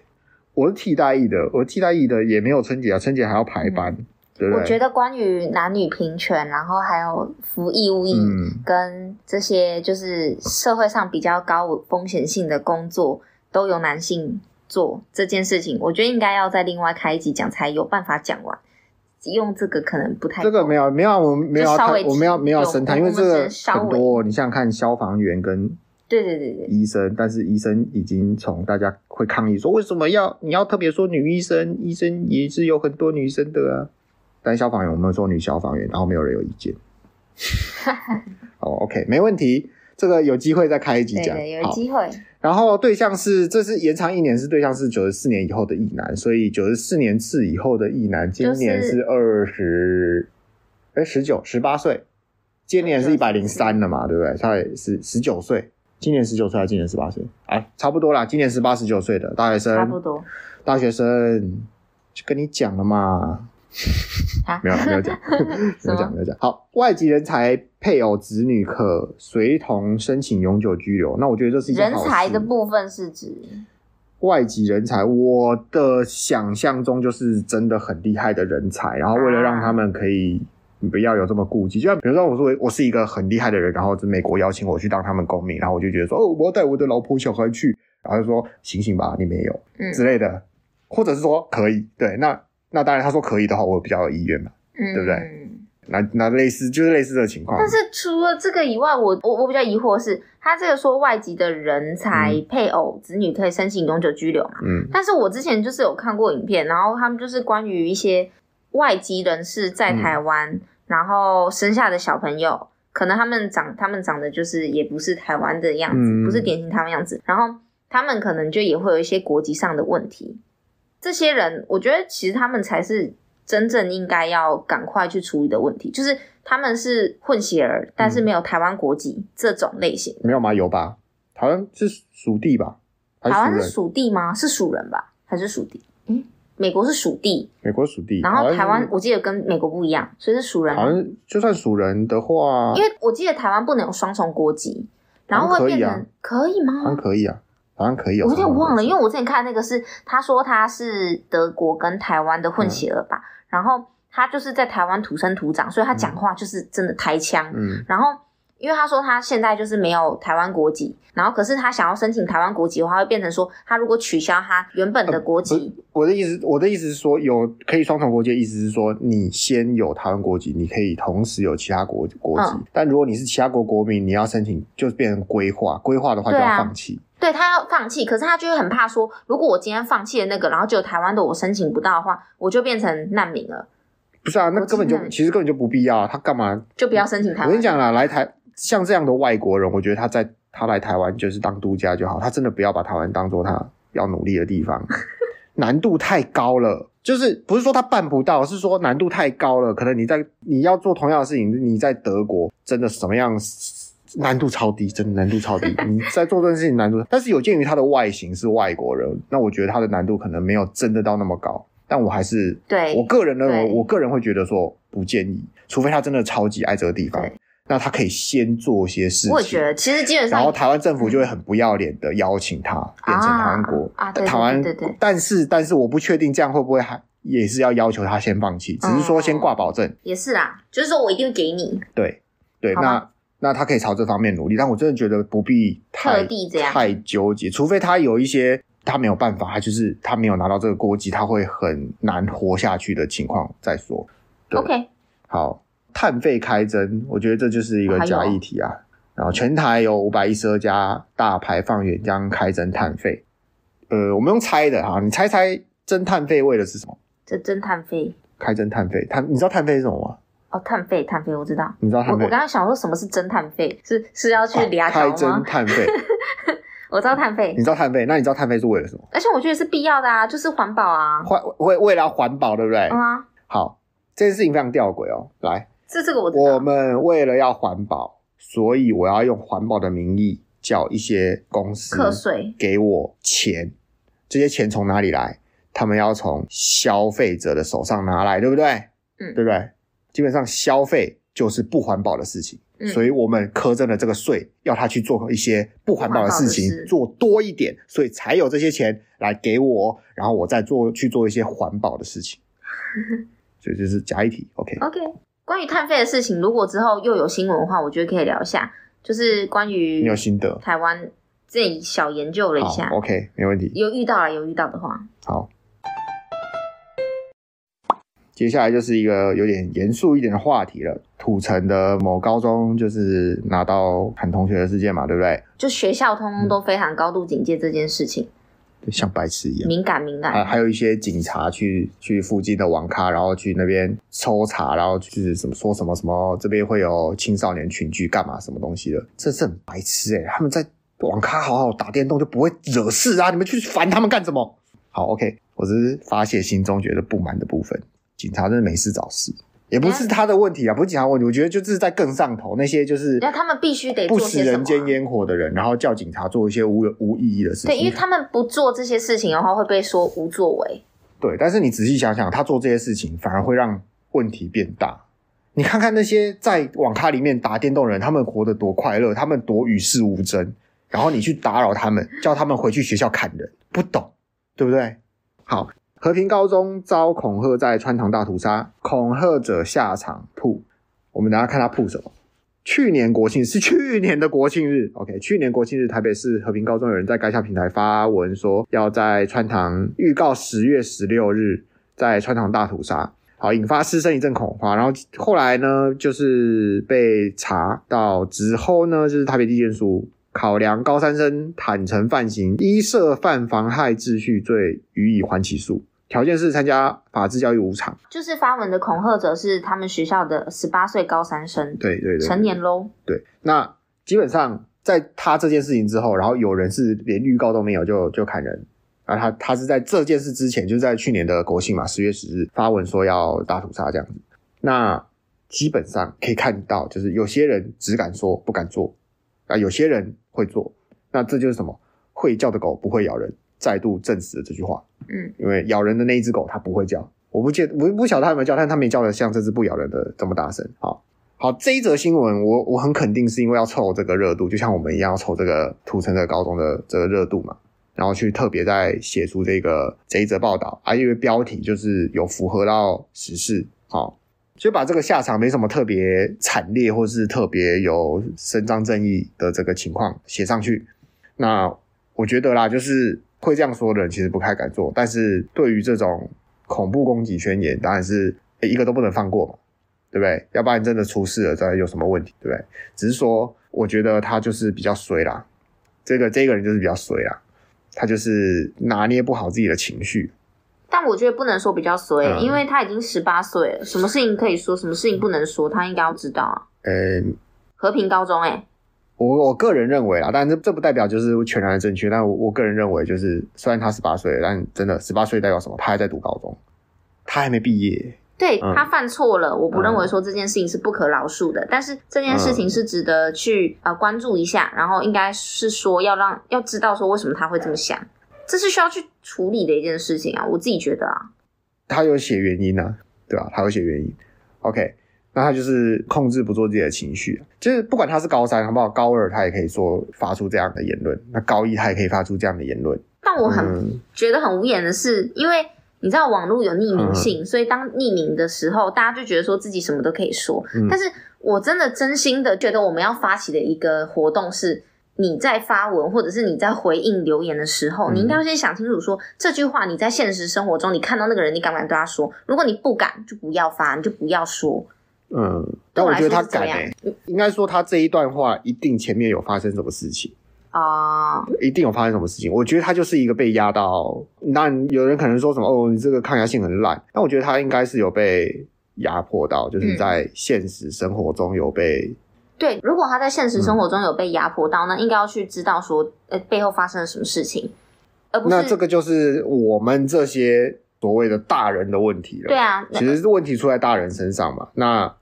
Speaker 2: 我是替代役的，我替代役的也没有春节啊，春节还要排班，对不
Speaker 1: 嗯
Speaker 2: 对？
Speaker 1: 我觉得关于男女平权，然后还有服义务役，
Speaker 2: 嗯，
Speaker 1: 跟这些就是社会上比较高风险性的工作都由男性做这件事情，我觉得应该要再另外开一集讲，才有办法讲完。用这个可能不太
Speaker 2: 这个没有没有，我们没有要
Speaker 1: 就稍
Speaker 2: 探
Speaker 1: 微
Speaker 2: 我们要没有要深谈，
Speaker 1: 有
Speaker 2: 因为这
Speaker 1: 我们
Speaker 2: 个
Speaker 1: 只是稍
Speaker 2: 很
Speaker 1: 微
Speaker 2: 多。你想想看，消防员跟
Speaker 1: 对对对对，
Speaker 2: 医生，但是医生已经从大家会抗议说，为什么要你要特别说女医生？医生也是有很多女生的啊。但消防员我们说女消防员，然后没有人有意 见。哦，OK，没问题，这个有机会再开一集
Speaker 1: 对
Speaker 2: 讲。
Speaker 1: 对，有
Speaker 2: 好，嗯
Speaker 1: 机会。
Speaker 2: 然后对象是这是延长一年，是对象是九十四年以后的役男，所以九十四年次以后的役男，今年
Speaker 1: 就是
Speaker 2: 是二十，哎，十九十八岁，今年是一百零三了嘛，对不对？他也是十九岁，今年十九岁还是今年十八岁？啊，差不多啦，今年十八十九岁的大学生，
Speaker 1: 差不多
Speaker 2: 大学生就跟你讲了嘛，
Speaker 1: 啊，
Speaker 2: 没有啦没 有讲，没有
Speaker 1: 什么
Speaker 2: 讲，没有讲。好，外籍人才配偶子女可随同申请永久居留，那我觉得这是一件
Speaker 1: 人
Speaker 2: 好事。
Speaker 1: 才的部分是指
Speaker 2: 外籍人才，我的想象中就是真的很厉害的人才，然后为了让他们可以嗯不要有这么顾忌，就像比如说我说我是一个很厉害的人，然后是美国邀请我去当他们公民，然后我就觉得说哦，我要带我的老婆小孩去，然后就说醒醒吧，你没有
Speaker 1: 嗯
Speaker 2: 之类的，或者是说可以，对，那 那当然他说可以的话，我比较有意愿嘛，
Speaker 1: 嗯，
Speaker 2: 对不对？那那类似就是类似的情况，
Speaker 1: 但是除了这个以外，我我我比较疑惑的是，他这个说外籍的人才、
Speaker 2: 嗯
Speaker 1: 配偶、子女可以申请永久居留嘛？
Speaker 2: 嗯
Speaker 1: 但是我之前就是有看过影片，然后他们就是关于一些外籍人士
Speaker 2: 嗯
Speaker 1: 在台湾，然后生下的小朋友，可能他们长他们长得就是也不是台湾的样子，
Speaker 2: 嗯
Speaker 1: 不是典型台湾样子，然后他们可能就也会有一些国籍上的问题。这些人，我觉得其实他们才是真正应该要赶快去处理的问题，就是他们是混血儿，但
Speaker 2: 嗯
Speaker 1: 是没有台湾国籍、这种类型。
Speaker 2: 没有吗？有吧？好像是属地吧，还
Speaker 1: 台湾是
Speaker 2: 是属人？
Speaker 1: 属地吗？是属人吧？还是属地？嗯，美国是属地，
Speaker 2: 美国属地，
Speaker 1: 然后台
Speaker 2: 是
Speaker 1: 湾我记得跟美国不一样，所以是属人吗，
Speaker 2: 好像就算属人的话，
Speaker 1: 因为我记得台湾不能有双重国籍，然后
Speaker 2: 好像
Speaker 1: 会
Speaker 2: 可以
Speaker 1: 变
Speaker 2: 啊
Speaker 1: 成可以
Speaker 2: 好像
Speaker 1: 吗？
Speaker 2: 可以啊，好像可以、哦。
Speaker 1: 我有点忘了，因
Speaker 2: 为
Speaker 1: 为我之前看那个是他说他是德国跟台湾的混
Speaker 2: 嗯
Speaker 1: 血儿吧，然后他就是在台湾土生土长，所以他讲话就是真的台腔，
Speaker 2: 嗯
Speaker 1: 然后。因为他说他现在就是没有台湾国籍，然后可是他想要申请台湾国籍的话，会变成说他如果取消他原本
Speaker 2: 呃
Speaker 1: 的国籍，
Speaker 2: 我的意思，我的意思是说，有可以双重国籍，意思是说你先有台湾国籍，你可以同时有其他国国籍、
Speaker 1: 嗯
Speaker 2: 但如果你是其他国国民，你要申请就变成规划，规划的话就
Speaker 1: 对
Speaker 2: 要
Speaker 1: 啊
Speaker 2: 放弃。
Speaker 1: 对他要放弃，可是他就会很怕说，如果我今天放弃了那个，然后只有台湾的我申请不到的话，我就变成难民了，
Speaker 2: 不是啊，那
Speaker 1: 国籍
Speaker 2: 根本就
Speaker 1: 内
Speaker 2: 其实根本就不必要啊，他干嘛？
Speaker 1: 就不要申请台
Speaker 2: 我
Speaker 1: 湾。
Speaker 2: 跟你讲啦，来台像这样的外国人，我觉得他在他来台湾就是当度假就好，他真的不要把台湾当做他要努力的地方，难度太高了。就是不是说他办不到，是说难度太高了。可能你在你要做同样的事情，你在德国真的什么样难度超低，真的难度超低。你在做这件事情难度，但是有鉴于他的外形是外国人，那我觉得他的难度可能没有真的到那么高。但我还是
Speaker 1: 对
Speaker 2: 我个人认为，
Speaker 1: 对
Speaker 2: 我个人会觉得说不建议，除非他真的超级爱这个地方
Speaker 1: 对，
Speaker 2: 那他可以先做些事情。
Speaker 1: 我也觉得，其实基本上
Speaker 2: 然后台湾政府就会很不要脸的邀请他变成台湾国
Speaker 1: 嗯啊啊对对
Speaker 2: 台湾
Speaker 1: 对对对，
Speaker 2: 但是但是我不确定这样会不会还也是要要求他先放弃，只是说
Speaker 1: 嗯
Speaker 2: 先挂保证，
Speaker 1: 也是啦，就是说我一定会给你，
Speaker 2: 对对，
Speaker 1: 好
Speaker 2: 那那他可以朝这方面努力，但我真的觉得不必太
Speaker 1: 特地这样
Speaker 2: 太纠结，除非他有一些他没有办法，他就是他没有拿到这个国籍，他会很难活下去的情况再说。对
Speaker 1: OK，
Speaker 2: 好，碳费开征，我觉得这就是一个
Speaker 1: 哦还有
Speaker 2: 假议题啊。然后全台有五百一十二家大排放源将开征碳费。呃，我们用猜的哈，你猜猜征碳费为的是什么？
Speaker 1: 这侦探费
Speaker 2: 开征碳费，碳你知道碳费是什么吗？
Speaker 1: 哦，碳费碳费我知道，
Speaker 2: 你知道
Speaker 1: 我
Speaker 2: 碳
Speaker 1: 我
Speaker 2: 费？哦
Speaker 1: 刚刚想说什么是侦探费，是是要去俩
Speaker 2: 开
Speaker 1: 条
Speaker 2: 征
Speaker 1: 吗？
Speaker 2: 碳费，
Speaker 1: 我知道碳费
Speaker 2: 你，知道碳费，那你知道碳费是为了什么？
Speaker 1: 而且我觉得是必要的啊，就是环保啊，
Speaker 2: 环为为了环保，对不对？
Speaker 1: 嗯啊，
Speaker 2: 好，这件事情非常吊诡哦。来，
Speaker 1: 这这个我知
Speaker 2: 我
Speaker 1: 道，
Speaker 2: 们为了要环保，所以我要用环保的名义叫一些公司
Speaker 1: 课税
Speaker 2: 给我钱，这些钱从哪里来？他们要从消费者的手上拿来，对不对？
Speaker 1: 嗯
Speaker 2: 对不对？基本上消费就是不环保的事情，
Speaker 1: 嗯
Speaker 2: 所以我们苛征了这个税，要他去做一些不环保的事情
Speaker 1: 不环保的事，
Speaker 2: 做多一点，所以才有这些钱来给我，然后我再做去做一些环保的事情。 所以这是假议题，OK？
Speaker 1: ，OK。关于碳费的事情，如果之后又有新闻的话，我觉得可以聊一下，就是关
Speaker 2: 你
Speaker 1: 于
Speaker 2: 有心得？
Speaker 1: 台湾自己小研究了一
Speaker 2: 好
Speaker 1: 下，
Speaker 2: ，OK，没问题。
Speaker 1: 有遇到了，有遇到的话，
Speaker 2: 好，接下来就是一个有点严肃一点的话题了。土城的某高中就是拿到砍同学的事件嘛，对不对？
Speaker 1: 就学校通通
Speaker 2: 嗯
Speaker 1: 都非常高度警戒这件事情，
Speaker 2: 就像白痴一样。
Speaker 1: 敏感敏
Speaker 2: 还
Speaker 1: 感，
Speaker 2: 啊还有一些警察去去附近的网咖，然后去那边抽查，然后就是什么说什么什么，这边会有青少年群聚干嘛什么东西的，这是很白痴欸诶、他们在网咖好好打电动就不会惹事啊，你们去烦他们干什么？好，OK，我只是发泄心中觉得不满的部分。警察真的没事找事，也不是他的问题啊，不是警察的问题，我觉得就是在更上头那些就是
Speaker 1: 那他们必须得
Speaker 2: 不
Speaker 1: 做
Speaker 2: 食
Speaker 1: 些什么
Speaker 2: 人
Speaker 1: 啊
Speaker 2: 间烟火的人，然后叫警察做一些无无意义的事情。
Speaker 1: 对，因为他们不做这些事情的话，会被说无作为。
Speaker 2: 对，但是你仔细想想，他做这些事情反而会让问题变大。你看看那些在网咖里面打电动的人，他们活得多快乐，他们多与世无争，然后你去打扰他们，叫他们回去学校砍人，不懂，对不对？好，和平高中遭恐吓在穿堂大屠杀，恐吓者下场吐。我们等一下看他吐什么。去年国庆是去年的国庆日，OK，去年国庆日，台北市和平高中有人在该校平台发文说，要在穿堂预告十月十六日在穿堂大屠杀，好，引发师生一阵恐慌。然后后来呢，就是被查到之后呢，就是台北地检署考量高三生坦诚犯行，依涉犯妨害秩序罪予以缓起诉，条件是参加法治教育五场。
Speaker 1: 就是发文的恐吓者是他们学校的十八岁高三生，
Speaker 2: 对对对对
Speaker 1: 成年喽。
Speaker 2: 对，那基本上在他这件事情之后，然后有人是连预告都没有就就砍人，然后他他是在这件事之前，就是在去年的国庆嘛，十月十日发文说要大屠杀这样子。那基本上可以看到，就是有些人只敢说不敢做，啊，有些人会做，那这就是什么？会叫的狗不会咬人，再度证实了这句话。
Speaker 1: 嗯，
Speaker 2: 因为咬人的那一只狗它不会叫，我不记得，我不晓得它有没有叫，但它没叫的像这只不咬人的这么大声。好，好，这一则新闻我我很肯定是因为要凑这个热度，就像我们一样要凑这个土城的高中的这个热度嘛，然后去特别在写出这个这一则报道啊，因为标题就是有符合到时事，好。所以把这个下场没什么特别惨烈，或是特别有伸张正义的这个情况写上去，那我觉得啦，就是会这样说的人其实不太敢做，但是对于这种恐怖攻击宣言，当然是诶一个都不能放过嘛，对不对？要不然真的出事了，再有什么问题，对不对？只是说，我觉得他就是比较衰啦，这个这个人就是比较衰啦，他就是拿捏不好自己的情绪，
Speaker 1: 但我觉得不能说比较衰、
Speaker 2: 嗯
Speaker 1: 因为他已经十八岁了，什么事情可以说，什么事情不能说，他应该要知道啊。
Speaker 2: 呃，
Speaker 1: 和平高中、欸，
Speaker 2: 我我个人认为啦，但这这不代表就是全然的正确。但我我个人认为，就是虽然他十八岁了，但真的十八岁代表什么？他还在读高中，他还没毕业。
Speaker 1: 对、
Speaker 2: 嗯
Speaker 1: 他犯错了，我不认为说这件事情是不可饶恕的，但是这件事情是值得去呃关注一下，然后应该是说要让要知道说为什么他会这么想，这是需要去处理的一件事情啊，我自己觉得啊，
Speaker 2: 他有写原因啊，对吧、他有写原因。OK，那他就是控制不住自己的情绪，就是不管他是高三，好不好？高二他也可以说发出这样的言论，那高一他也可以发出这样的言论。
Speaker 1: 但我很
Speaker 2: 嗯，
Speaker 1: 觉得很无言的是，因为你知道网络有匿名
Speaker 2: 嗯
Speaker 1: 性，所以当匿名的时候，大家就觉得说自己什么都可以说。
Speaker 2: 嗯
Speaker 1: 但是我真的真心的觉得，我们要发起的一个活动是，你在发文或者是你在回应留言的时候，
Speaker 2: 嗯
Speaker 1: 你应该要先想清楚说这句话你在现实生活中你看到那个人，你敢不敢对他说？如果你不敢，就不要发，你就不要说。
Speaker 2: 嗯，
Speaker 1: 对
Speaker 2: 但
Speaker 1: 我
Speaker 2: 我
Speaker 1: 来说
Speaker 2: 觉得他
Speaker 1: 是这
Speaker 2: 敢
Speaker 1: 样
Speaker 2: 诶、应该说他这一段话一定前面有发生什么事情。
Speaker 1: 啊、
Speaker 2: 一定有发生什么事情。我觉得他就是一个被压到，那有人可能说什么哦，你这个抗压性很烂，那我觉
Speaker 1: 嗯
Speaker 2: 得他应该是有被压迫到，就是在现实生活中有被
Speaker 1: 对，如果他在现实生活中有被压迫到，那应该要去知道说，呃，背后发生了什么事情，而不是
Speaker 2: 那这个就是我们这些所谓的大人的问题了。
Speaker 1: 对啊，那
Speaker 2: 其实问题出在大人身上嘛。那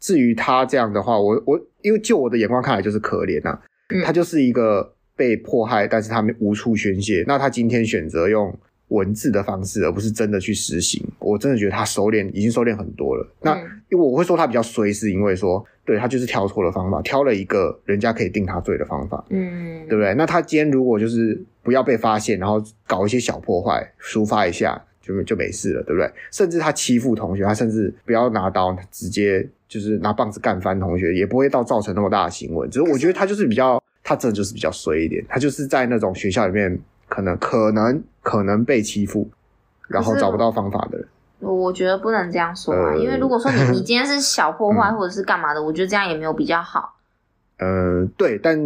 Speaker 2: 至于他这样的话，我我因为就我的眼光看来就是可怜呐、啊
Speaker 1: 嗯
Speaker 2: 他就是一个被迫害，但是他们无处宣泄。那他今天选择用文字的方式，而不是真的去实行，我真的觉得他收敛已经收敛很多了。那、
Speaker 1: 嗯
Speaker 2: 因为我会说他比较衰，是因为说对他就是挑错了方法，挑了一个人家可以定他罪的方法。
Speaker 1: 嗯，
Speaker 2: 对不对？那他今天如果就是不要被发现，然后搞一些小破坏，抒发一下，就就没事了，对不对？甚至他欺负同学，他甚至不要拿刀，直接就是拿棒子干翻同学，也不会到造成那么大的新闻。只是我觉得他就是比较，他真的就是比较衰一点，他就是在那种学校里面，可能可能可能被欺负，然后
Speaker 1: 可是
Speaker 2: 找不到方法的人。
Speaker 1: 我我觉得不能这样说啊，
Speaker 2: 呃嗯
Speaker 1: 因为如果说 你你今天是小破坏或者是干嘛的，我觉得这样也没有比较好。
Speaker 2: 呃，对，但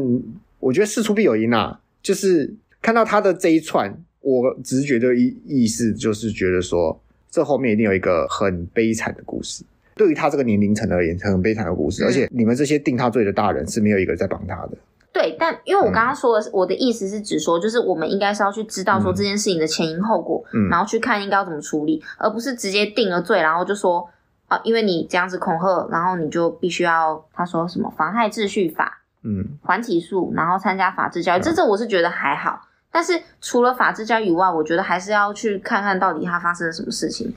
Speaker 2: 我觉得事出必有因啊，就是看到他的这一串，我直觉的意意思就是觉得说，这后面一定有一个很悲惨的故事。对于他这个年龄层而言，很悲惨的故事，
Speaker 1: 嗯
Speaker 2: 而且你们这些定他罪的大人是没有一个人在帮他的。
Speaker 1: 对，但因为我刚刚说的是，我的意思是指说，就是我们应该是要去知道说
Speaker 2: 嗯
Speaker 1: 这件事情的前因后果，
Speaker 2: 嗯
Speaker 1: 然后去看应该要怎么处理，而不是直接定了罪，然后就说啊、因为你这样子恐吓，然后你就必须要他说什么妨害秩序法，
Speaker 2: 嗯，
Speaker 1: 团体素，然后参加法治教育，这这我是觉得还好。但是除了法治教育以外，我觉得还是要去看看到底他发生了什么事情。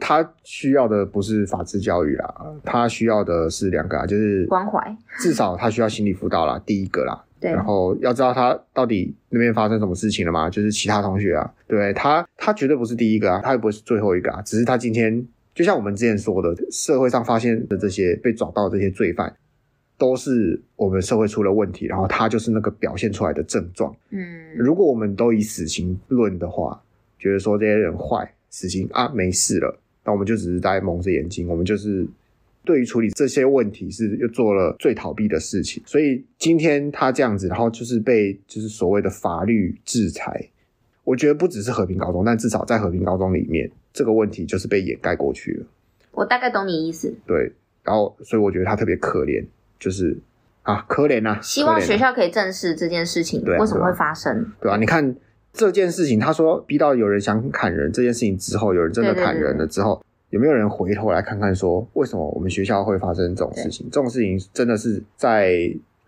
Speaker 2: 他需要的不是法治教育啦，他需要的是两个啊，就是
Speaker 1: 关怀
Speaker 2: 至少他需要心理辅导啦，第一个啦，
Speaker 1: 对
Speaker 2: 然，后要知道他到底那边发生什么事情了嘛，就是其他同学啊，对他，他绝对不是第一个啊，他也不会是最后一个啊，只是他今天就像我们之前说的，社会上发现的这些被找到的这些罪犯，都是我们社会出了问题，然后他就是那个表现出来的症状。
Speaker 1: 嗯，
Speaker 2: 如果我们都以死刑论的话，觉得说这些人坏，死刑啊没事了，那我们就只是在蒙着眼睛，我们就是对于处理这些问题是又做了最逃避的事情。所以今天他这样子，然后就是被就是所谓的法律制裁，我觉得不只是和平高中，但至少在和平高中里面，这个问题就是被掩盖过去了。
Speaker 1: 我大概懂你意思。
Speaker 2: 对，然后所以我觉得他特别可怜，就是啊可怜啊，
Speaker 1: 希
Speaker 2: 可
Speaker 1: 望
Speaker 2: 怜啊
Speaker 1: 学校可以正视这件事情
Speaker 2: 对啊
Speaker 1: 为什么
Speaker 2: 对啊
Speaker 1: 会发生。
Speaker 2: 对啊，你看这件事情，他说逼到有人想砍人这件事情之后，有人真的
Speaker 1: 对对对
Speaker 2: 砍人了之后，有没有人回头来看看说，为什么我们学校会发生这种事情？这种事情真的是在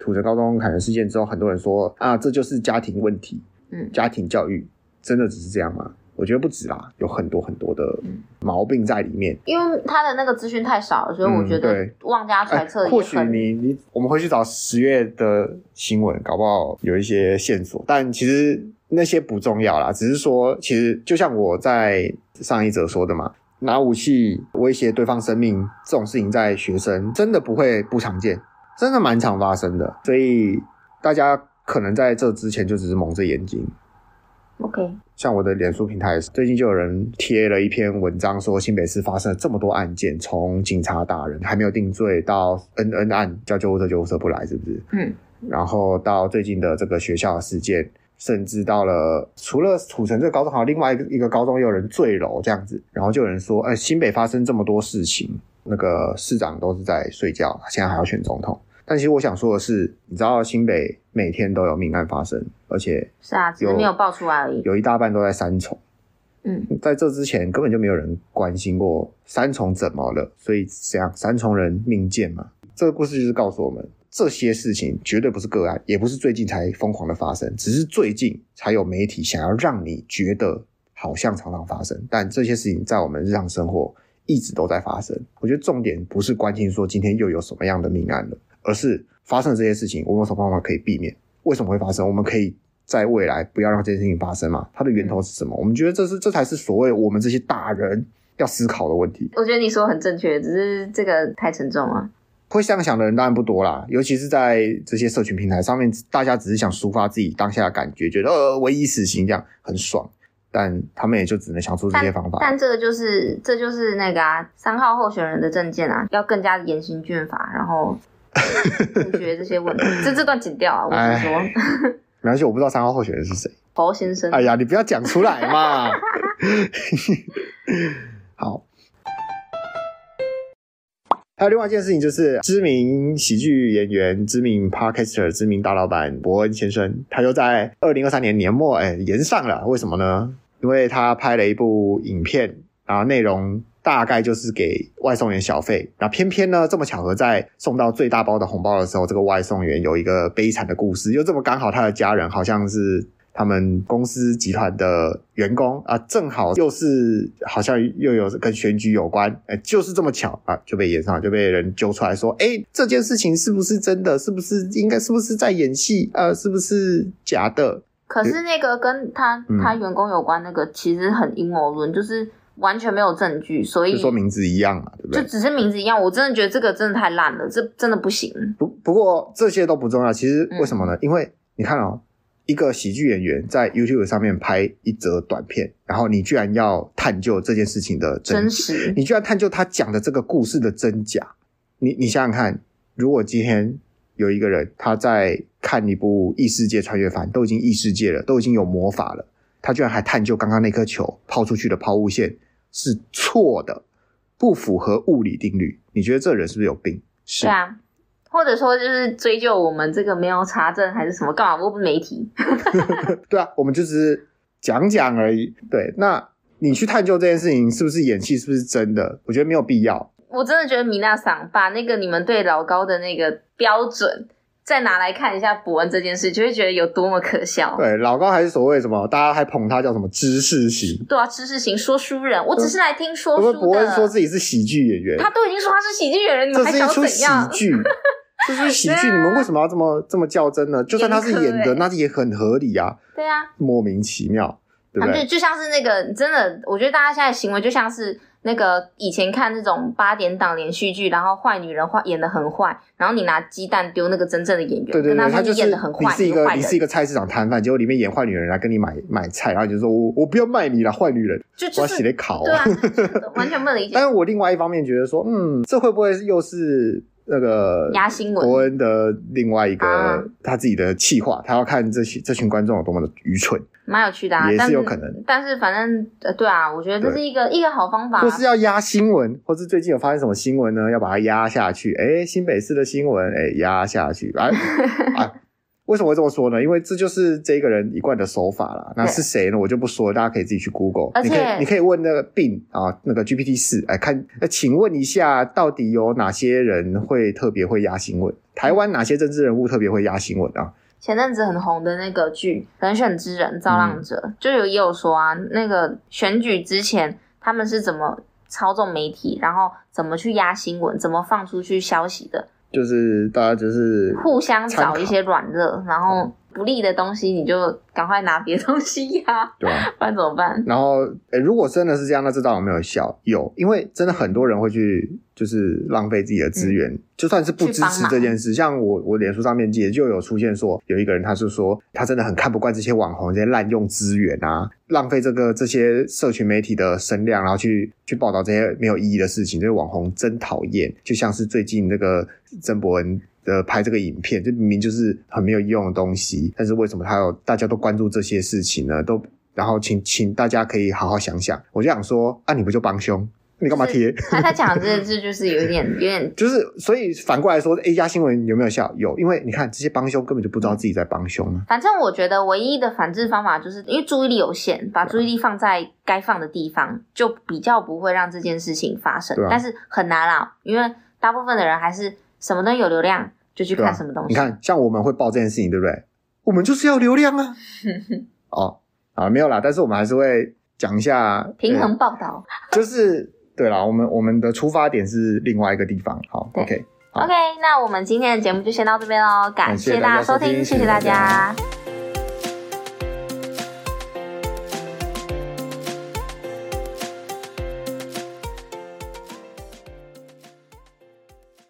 Speaker 2: 土城高中砍人事件之后，很多人说啊，这就是家庭问题，
Speaker 1: 嗯
Speaker 2: 家庭教育真的只是这样吗？我觉得不止啦，有很多很多的
Speaker 1: 嗯
Speaker 2: 毛病在里面。
Speaker 1: 因为他的那个资讯太少了，所以我
Speaker 2: 嗯
Speaker 1: 觉得
Speaker 2: 对
Speaker 1: 妄加
Speaker 2: 哎
Speaker 1: 揣测
Speaker 2: 或
Speaker 1: 也
Speaker 2: 许
Speaker 1: 很。
Speaker 2: 你你我们回去找十月的新闻，搞不好有一些线索，但其实那些不重要啦，只是说，其实就像我在上一则说的嘛，拿武器威胁对方生命这种事情，在学生真的不会不常见，真的蛮常发生的，所以大家可能在这之前就只是蒙着眼睛。
Speaker 1: OK，
Speaker 2: 像我的脸书平台，最近就有人贴了一篇文章，说新北市发生了这么多案件，从警察打人还没有定罪，到恩恩案叫救护车，救护车不来，是不是？
Speaker 1: 嗯，
Speaker 2: 然后到最近的这个学校的事件，甚至到了除了土城这个高中，好像另外一个一个高中也有人坠楼这样子，然后就有人说，哎，新北发生这么多事情，那个市长都是在睡觉，现在还要选总统。但其实我想说的是，你知道新北每天都有命案发生，而且
Speaker 1: 是啊，只是
Speaker 2: 有
Speaker 1: 没有爆出来而已。
Speaker 2: 有一大半都在三重。
Speaker 1: 嗯，
Speaker 2: 在这之前根本就没有人关心过三重怎么了，所以这样三重人命贱嘛。这个故事就是告诉我们，这些事情绝对不是个案，也不是最近才疯狂的发生，只是最近才有媒体想要让你觉得好像常常发生，但这些事情在我们日常生活一直都在发生。我觉得重点不是关心说今天又有什么样的命案了，而是发生了这些事情，我们有什么方法可以避免？为什么会发生？我们可以在未来不要让这件事情发生嘛？它的
Speaker 1: 嗯
Speaker 2: 源头是什么？我们觉得这是这才是所谓我们这些大人要思考的问题。
Speaker 1: 我觉得你说得很正确，只是这个太沉重
Speaker 2: 啊
Speaker 1: 了。
Speaker 2: 会这样想的人当然不多啦，尤其是在这些社群平台上面，大家只是想抒发自己当下的感觉，觉得呃唯一死刑这样很爽，但他们也就只能想出这些方法。
Speaker 1: 但这个就是这就是那个啊，三号候选人的证件啊，要更加严刑峻法，然后杜绝这些 问题。这这段剪掉啊，我是说
Speaker 2: 没关系，我不知道三号候选人是谁。
Speaker 1: 侯先生。
Speaker 2: 哎哎呀，你不要讲出来嘛。好，还有另外一件事情，就是知名喜剧演员、知名 podcaster、知名大老板伯恩先生，他就在二零二三年年末哎延上了。为什么呢？因为他拍了一部影片，然后内容大概就是给外送员小费，然后偏偏呢这么巧合，在送到最大包的红包的时候，这个外送员有一个悲惨的故事，又这么刚好他的家人好像是。他们公司集团的员工啊，正好又是好像又有跟选举有关，哎，就是这么巧啊，就被演上，就被人揪出来说，哎，这件事情是不是真的？是不是应该？是不是在演戏？呃，是不是假的？
Speaker 1: 可是那个跟他
Speaker 2: 嗯
Speaker 1: 他员工有关那个，其实很阴谋论，就是完全没有证据，所
Speaker 2: 就
Speaker 1: 以
Speaker 2: 说名字一样嘛，对不
Speaker 1: 就
Speaker 2: 对？
Speaker 1: 只是名字一样。我真的觉得这个真的太烂了，这真的不行。
Speaker 2: 不不过这些都不重要，其实
Speaker 1: 嗯
Speaker 2: 为什么呢？因为你看哦，一个喜剧演员在 YouTube 上面拍一则短片，然后你居然要探究这件事情的
Speaker 1: 真
Speaker 2: 真
Speaker 1: 实，
Speaker 2: 你居然探究他讲的这个故事的真假。你你想想看，如果今天有一个人他在看一部异世界穿越番，都已经异世界了，都已经有魔法了，他居然还探究刚刚那颗球抛出去的抛物线是错的，不符合物理定律。你觉得这人是不是有病？是
Speaker 1: 对啊。或者说，就是追究我们这个没有查证还是什么，干嘛？我不媒体，
Speaker 2: 对啊，我们就只是讲讲而已。对，那你去探究这件事情是不是演戏，是不是真的？我觉得没有必要。
Speaker 1: 我真的觉得米娜桑把那个你们对老高的那个标准再拿来看一下博文这件事，就会觉得有多么可笑。
Speaker 2: 对，老高还是所谓什么，大家还捧他叫什么知识型。
Speaker 1: 对啊，知识型说书人，我只是来听说
Speaker 2: 因
Speaker 1: 书
Speaker 2: 为
Speaker 1: 的。
Speaker 2: 伯恩说自己是喜剧演员，
Speaker 1: 他都已经说他是喜剧演员，你
Speaker 2: 这
Speaker 1: 们还
Speaker 2: 是一
Speaker 1: 想
Speaker 2: 出
Speaker 1: 怎
Speaker 2: 喜
Speaker 1: 样？啊
Speaker 2: 剧， 这是喜剧，
Speaker 1: 对啊
Speaker 2: 你们为什么要这么这么较真呢？就算他是演
Speaker 1: 严苛
Speaker 2: 的，
Speaker 1: 欸
Speaker 2: 那也很合理啊，
Speaker 1: 对啊，
Speaker 2: 莫名其妙，对
Speaker 1: 反
Speaker 2: 不
Speaker 1: 正
Speaker 2: 对？
Speaker 1: 就就像是那个真的，我觉得大家现在行为就像是那个以前看那种八点档连续剧，然后坏女人坏演的很坏，然后你拿鸡蛋丢那个真正的演员，
Speaker 2: 对对
Speaker 1: 跟
Speaker 2: 对，
Speaker 1: 说
Speaker 2: 他
Speaker 1: 你
Speaker 2: 就是
Speaker 1: 演的很
Speaker 2: 你
Speaker 1: 坏，
Speaker 2: 是一
Speaker 1: 你
Speaker 2: 个
Speaker 1: 坏
Speaker 2: 你
Speaker 1: 人
Speaker 2: 是一个菜市场摊贩，结果里面演坏女人来跟你买买菜，然后你就说我我不要卖你了，坏女人，
Speaker 1: 就
Speaker 2: 我
Speaker 1: 就
Speaker 2: 要洗
Speaker 1: 是
Speaker 2: 得烤
Speaker 1: 对啊，就是完全不能理解
Speaker 2: 但是我另外一方面觉得说，嗯，这会不会又是那个
Speaker 1: 压新
Speaker 2: 伯
Speaker 1: 闻。
Speaker 2: 恩的另外一
Speaker 1: 啊
Speaker 2: 个他自己的气话？他要看这些这群观众有多么的愚蠢，
Speaker 1: 蛮有趣的、啊，
Speaker 2: 也是
Speaker 1: 但
Speaker 2: 有可能。
Speaker 1: 但是反正呃，对啊，我觉得这是
Speaker 2: 对
Speaker 1: 一个一个好方法啊、
Speaker 2: 或是要压新闻，或是最近有发生什么新闻呢？要把它压下去。哎，新北市的新闻，哎，压下去。 哎啊，为什么会这么说呢？因为这就是这个人一贯的手法啦。那
Speaker 1: 对
Speaker 2: 是谁呢？我就不说，大家可以自己去 Google
Speaker 1: 而。
Speaker 2: 你
Speaker 1: 且
Speaker 2: 可以你可以问那个病啊，那个 GPT 四，哎，看，哎，请问一下，到底有哪些人会特别会压新闻？台湾哪些政治人物特别会压新闻啊？
Speaker 1: 前阵子很红的那个剧《人选之人》造
Speaker 2: 嗯
Speaker 1: 浪者，就有也有说啊，那个选举之前他们是怎么操纵媒体，然后怎么去压新闻，怎么放出去消息的，
Speaker 2: 就是大家就是
Speaker 1: 互相
Speaker 2: 参考
Speaker 1: 找一些软肋，然后不利的东西你就赶快拿别的东西压、
Speaker 2: 对啊吧？
Speaker 1: 不然怎么办？
Speaker 2: 然后，诶如果真的是这样，那这招有没有效？有，因为真的很多人会去，就是浪费自己的资源，就算是不支持这件事。像我，我脸书上面也就有出现说，有一个人他是说，他真的很看不惯这些网红这些滥用资源啊，浪费这个这些社群媒体的声量，然后去去报道这些没有意义的事情，这些网红真讨厌。就像是最近那个郑伯恩。呃，拍这个影片，这明明就是很没有用的东西，但是为什么他有大家都关注这些事情呢？都然后请请大家可以好好想想。我就想说，啊，你不就帮凶，你干嘛贴？
Speaker 1: 他他讲的这这就是有一点有点
Speaker 2: 就是所以反过来说，哎，压新闻有没有效？有，因为你看这些帮凶根本就不
Speaker 1: 嗯
Speaker 2: 知道自己在帮凶啊。
Speaker 1: 反正我觉得唯一的反制方法，就是因为注意力有限，
Speaker 2: 啊
Speaker 1: 把注意力放在该放的地方，就比较不会让这件事情发生。
Speaker 2: 对啊
Speaker 1: 但是很难啦，因为大部分的人还是什么东西有流量就去
Speaker 2: 对吧
Speaker 1: 看什么东西。
Speaker 2: 你看，像我们会报这件事情，对不对？我们就是要流量啊。 哦，啊，没有啦，但是我们还是会讲一下
Speaker 1: 平
Speaker 2: 呃
Speaker 1: 衡报道。
Speaker 2: 就是对啦，我们我们的出发点是另外一个地方。好
Speaker 1: 对
Speaker 2: ，OK，好
Speaker 1: OK，那我们今天的节目就先到这边喽，感
Speaker 2: 感谢
Speaker 1: 谢大家
Speaker 2: 大家
Speaker 1: 收
Speaker 2: 收
Speaker 1: 听，
Speaker 2: 听
Speaker 1: 谢谢
Speaker 2: 谢谢
Speaker 1: 大
Speaker 2: 大家
Speaker 1: 家。